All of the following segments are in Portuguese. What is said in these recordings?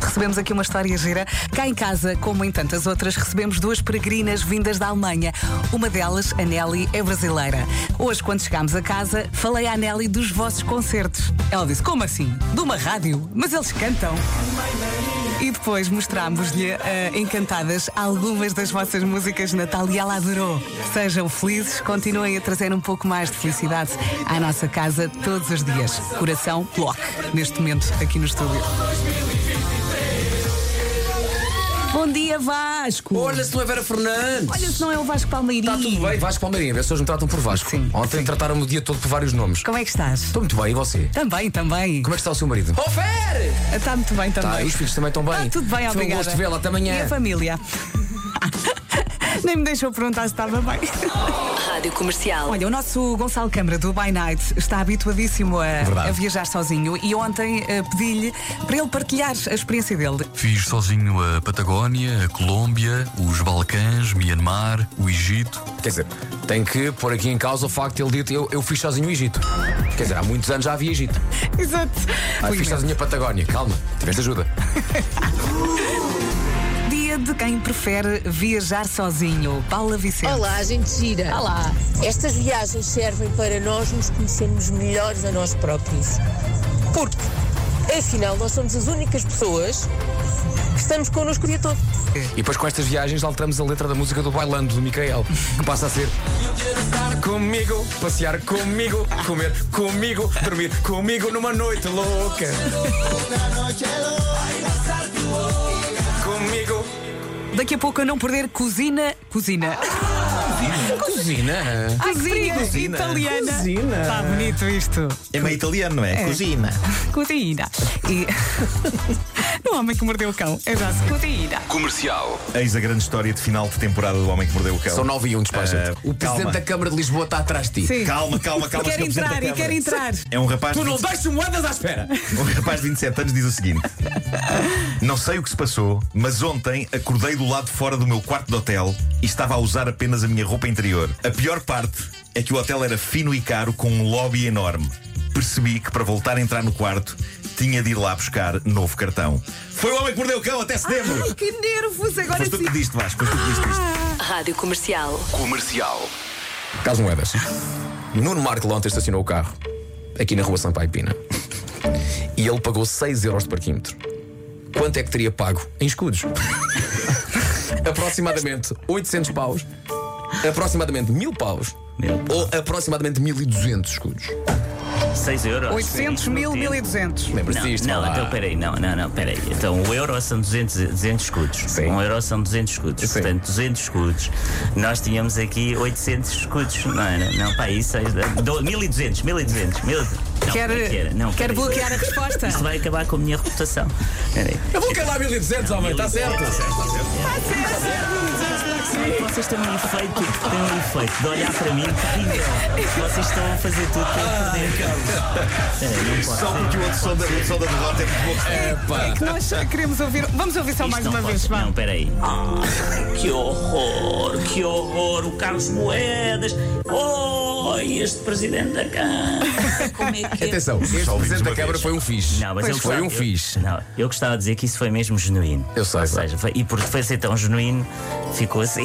recebemos aqui uma história gira. Cá em casa, como em tantas outras, recebemos duas peregrinas vindas da Alemanha. Uma delas, a Nelly, é brasileira. Hoje, quando chegámos a casa, falei à Nelly dos vossos concertos. Ela disse: Como assim? De uma rádio? Mas eles cantam. E depois mostrámos-lhe eh, encantadas algumas das vossas músicas de Natal e ela adorou. Sejam felizes, continuem a trazer um pouco mais de felicidade à nossa casa todos os dias. Coração Block, neste momento, aqui no estúdio. Bom dia, Vasco! Olha, se não é Vera Fernandes! Olha se não é o Vasco Palmeirinho. Está tá tudo bem, Vasco Palmeirinha, as pessoas me tratam por Vasco. Sim, Ontem trataram-me o dia todo por vários nomes. Como é que estás? Estou muito bem, e você? Também, também. Como é que está o seu marido? Oh, Fer! Está muito bem também. Tá, e os filhos também estão bem. Está tudo bem, Foi um obrigada. gosto vê-la E até amanhã. a família? Nem me deixou perguntar se estava bem. Rádio Comercial. Olha, o nosso Gonçalo Câmara do By Night está habituadíssimo a, Verdade. a viajar sozinho e ontem eh, pedi-lhe para ele partilhar a experiência dele. Fiz sozinho a Patagónia, a Colômbia, os Balcãs, Mianmar, o Egito. Quer dizer, tem que pôr aqui em causa o facto de ele dito eu, eu fiz sozinho o Egito. Quer dizer, há muitos anos já havia Egito. Exato. Ah, Fui fiz mesmo. sozinho a Patagónia. Calma, tiveste ajuda. Dia de quem prefere viajar sozinho. Paula Vicente. Olá, gente gira. Olá. Estas viagens servem para nós nos conhecermos melhores a nós próprios. Porque, afinal, nós somos as únicas pessoas que estamos connosco o dia todo. E depois com estas viagens alteramos a letra da música do Bailando, do Micael, que passa a ser estar comigo, passear comigo, comer comigo, dormir comigo numa noite louca. Comigo. Daqui a pouco eu não perder cozinha. Cozinha. Ah, Cozinha. Cozinha, italiana. Cozinha. Está bonito isto. É meio italiano, não é? Cozinha. Cozinha. E. no homem que mordeu o cão. É já cozinha. Eis a grande história de final de temporada do Homem que Mordeu o Cão. São 9 e 1, despacha Ah, O presidente calma. da Câmara de Lisboa está atrás de ti. Sim. Calma, calma, calma. Quer senhor Presidente entrar da e quer Câmara. entrar. É um rapaz, Tu de não deixes moedas à espera. um rapaz de 27 anos diz o seguinte: Não sei o que se passou, mas ontem acordei do lado de fora do meu quarto de hotel e estava a usar apenas a minha roupa interior. A pior parte é que o hotel era fino e caro com um lobby enorme. Percebi que para voltar a entrar no quarto tinha de ir lá buscar novo cartão. Foi o homem que mordeu o cão até setembro. Ai, que nervos! Agora Foste tu sim. que pediste, Vasco, foste tu que pediste isto. Rádio Comercial. Caso moedas. Nuno Marco ontem estacionou o carro aqui na rua Sampaio Pina e ele pagou 6 euros de parquímetro. Quanto é que teria pago? Em escudos. aproximadamente 800 paus, aproximadamente 1000 paus Oh, ou aproximadamente 1200 escudos. 6 euros. 800 Espera aí, mil, no tempo. 1200. Lembra-se disto? vá Não, não, lá. então peraí, não, não, não, peraí. Então o euro são 200, 200 escudos. Sim. Um euro são 200 escudos. Sim. Portanto, 200 escudos. Nós tínhamos aqui 800 escudos. Não, era? não, pá, isso é. do- 1200, 1200, 1200. Não, Quer, como é que era? Não, quer peraí. bloquear a resposta? Isso vai acabar com a minha reputação. Peraí. Eu vou calar 1200, homem, está certo. Vocês têm um efeito, têm um efeito de olhar para mim terrível. Vocês estão a fazer tudo para eu perder. Peraí, não posso. Só porque o outro som da, o som da derrota é muito bom. Epá. Nós queremos ouvir. Vamos ouvir só Isto mais não uma pode vez, ser. vá. Não, peraí. que horror, que horror. O Carlos Moedas. Oh, este presidente da Câmara. Como é que é? Atenção, este Só ouvimos presidente da uma Câmara vez. foi um fixe. Não, mas eu foi gostava- um eu- fixe. Não, eu gostava de dizer que isso foi mesmo genuíno. Eu sei, Ou sei. seja, foi- e porque foi ser tão genuíno, ficou assim.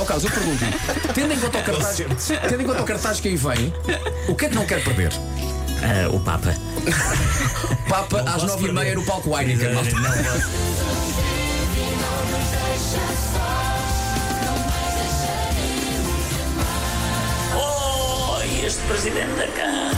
Ó Carlos, eu pergunto tendo em conta o cartaz, tendo em conta o cartaz que aí vem, o que é que não quer perder? Ah, o Papa. Papa às posso nove e meia perder. no palco Heineken. Não, malta. não posso. Oh, este presidente da Câmara.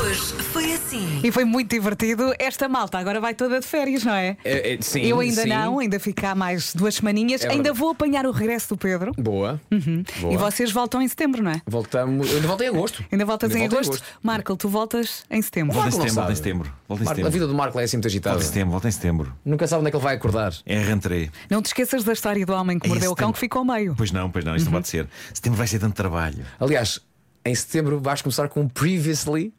Hoje foi assim. E foi muito divertido. Esta malta agora vai toda de férias, não é? É, é, sim, Eu ainda sim. não, ainda fico há mais duas semaninhas. É ainda verdade. vou apanhar o regresso do Pedro. Boa. Boa. E vocês voltam em setembro, não é? Voltamos. Eu ainda voltei em agosto. Ainda voltas em volto agosto? Marco, tu voltas em setembro. Volto em Volta em Não setembro, volta em sabe. setembro. Volta em Marco, a setembro. vida do Marco é assim muito agitada. Volta em setembro, volta em setembro. Nunca sabe onde é que ele vai acordar. É rentrei. Não te esqueças da história do homem que Em mordeu o cão setembro. que ficou ao meio. Pois não, pois não, isto não pode ser. Setembro vai ser tanto trabalho. Aliás, em setembro vais começar com um Previously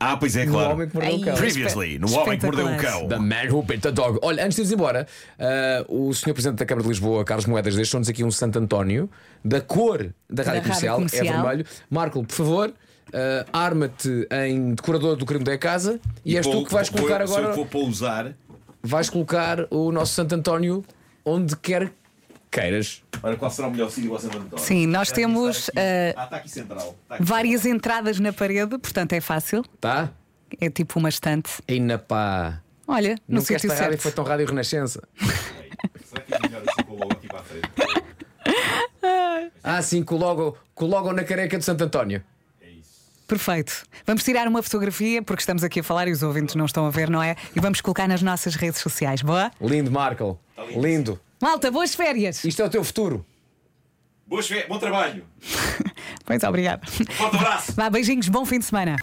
Ah, pois é, O claro. homem que mordeu o Ai, cão. Previously, no Homem que Mordeu o Espetacular. Cão. The Man Who Bit the Dog. Olha, antes de irmos embora, ah, o Sr. Presidente da Câmara de Lisboa, Carlos Moedas, deixou-nos aqui um Santo António da cor da Rádio, Rádio comercial, é Comercial. vermelho. Marco, por favor, ah, arma-te em decorador do crime da casa e, és tu Vou- que vais vou- colocar se eu agora. for pousar. Vais colocar o nosso Santo António onde quer queiras. Ora, qual será o melhor sítio ao Santo António? Sim, nós Já temos, está aqui. eh, Ah, está aqui central. Está aqui Várias entradas na parede, portanto é fácil. Tá? É tipo uma estante. E na pá. Olha, no Nunca sítio esta rádio certo. foi tão rádio renascença. Será que é melhor assim com o logo aqui para a frente? Ah, sim, com o logo, com o logo na careca de Santo António. Perfeito. Vamos tirar uma fotografia, porque estamos aqui a falar e os ouvintes não estão a ver, não é? E vamos colocar nas nossas redes sociais. Boa? Lindo, Marco. Tá Lindo. Malta, boas férias! Isto é o teu futuro. Boas fe- Bom trabalho. Muito obrigada. Forte abraço. Vá, beijinhos, bom fim de semana.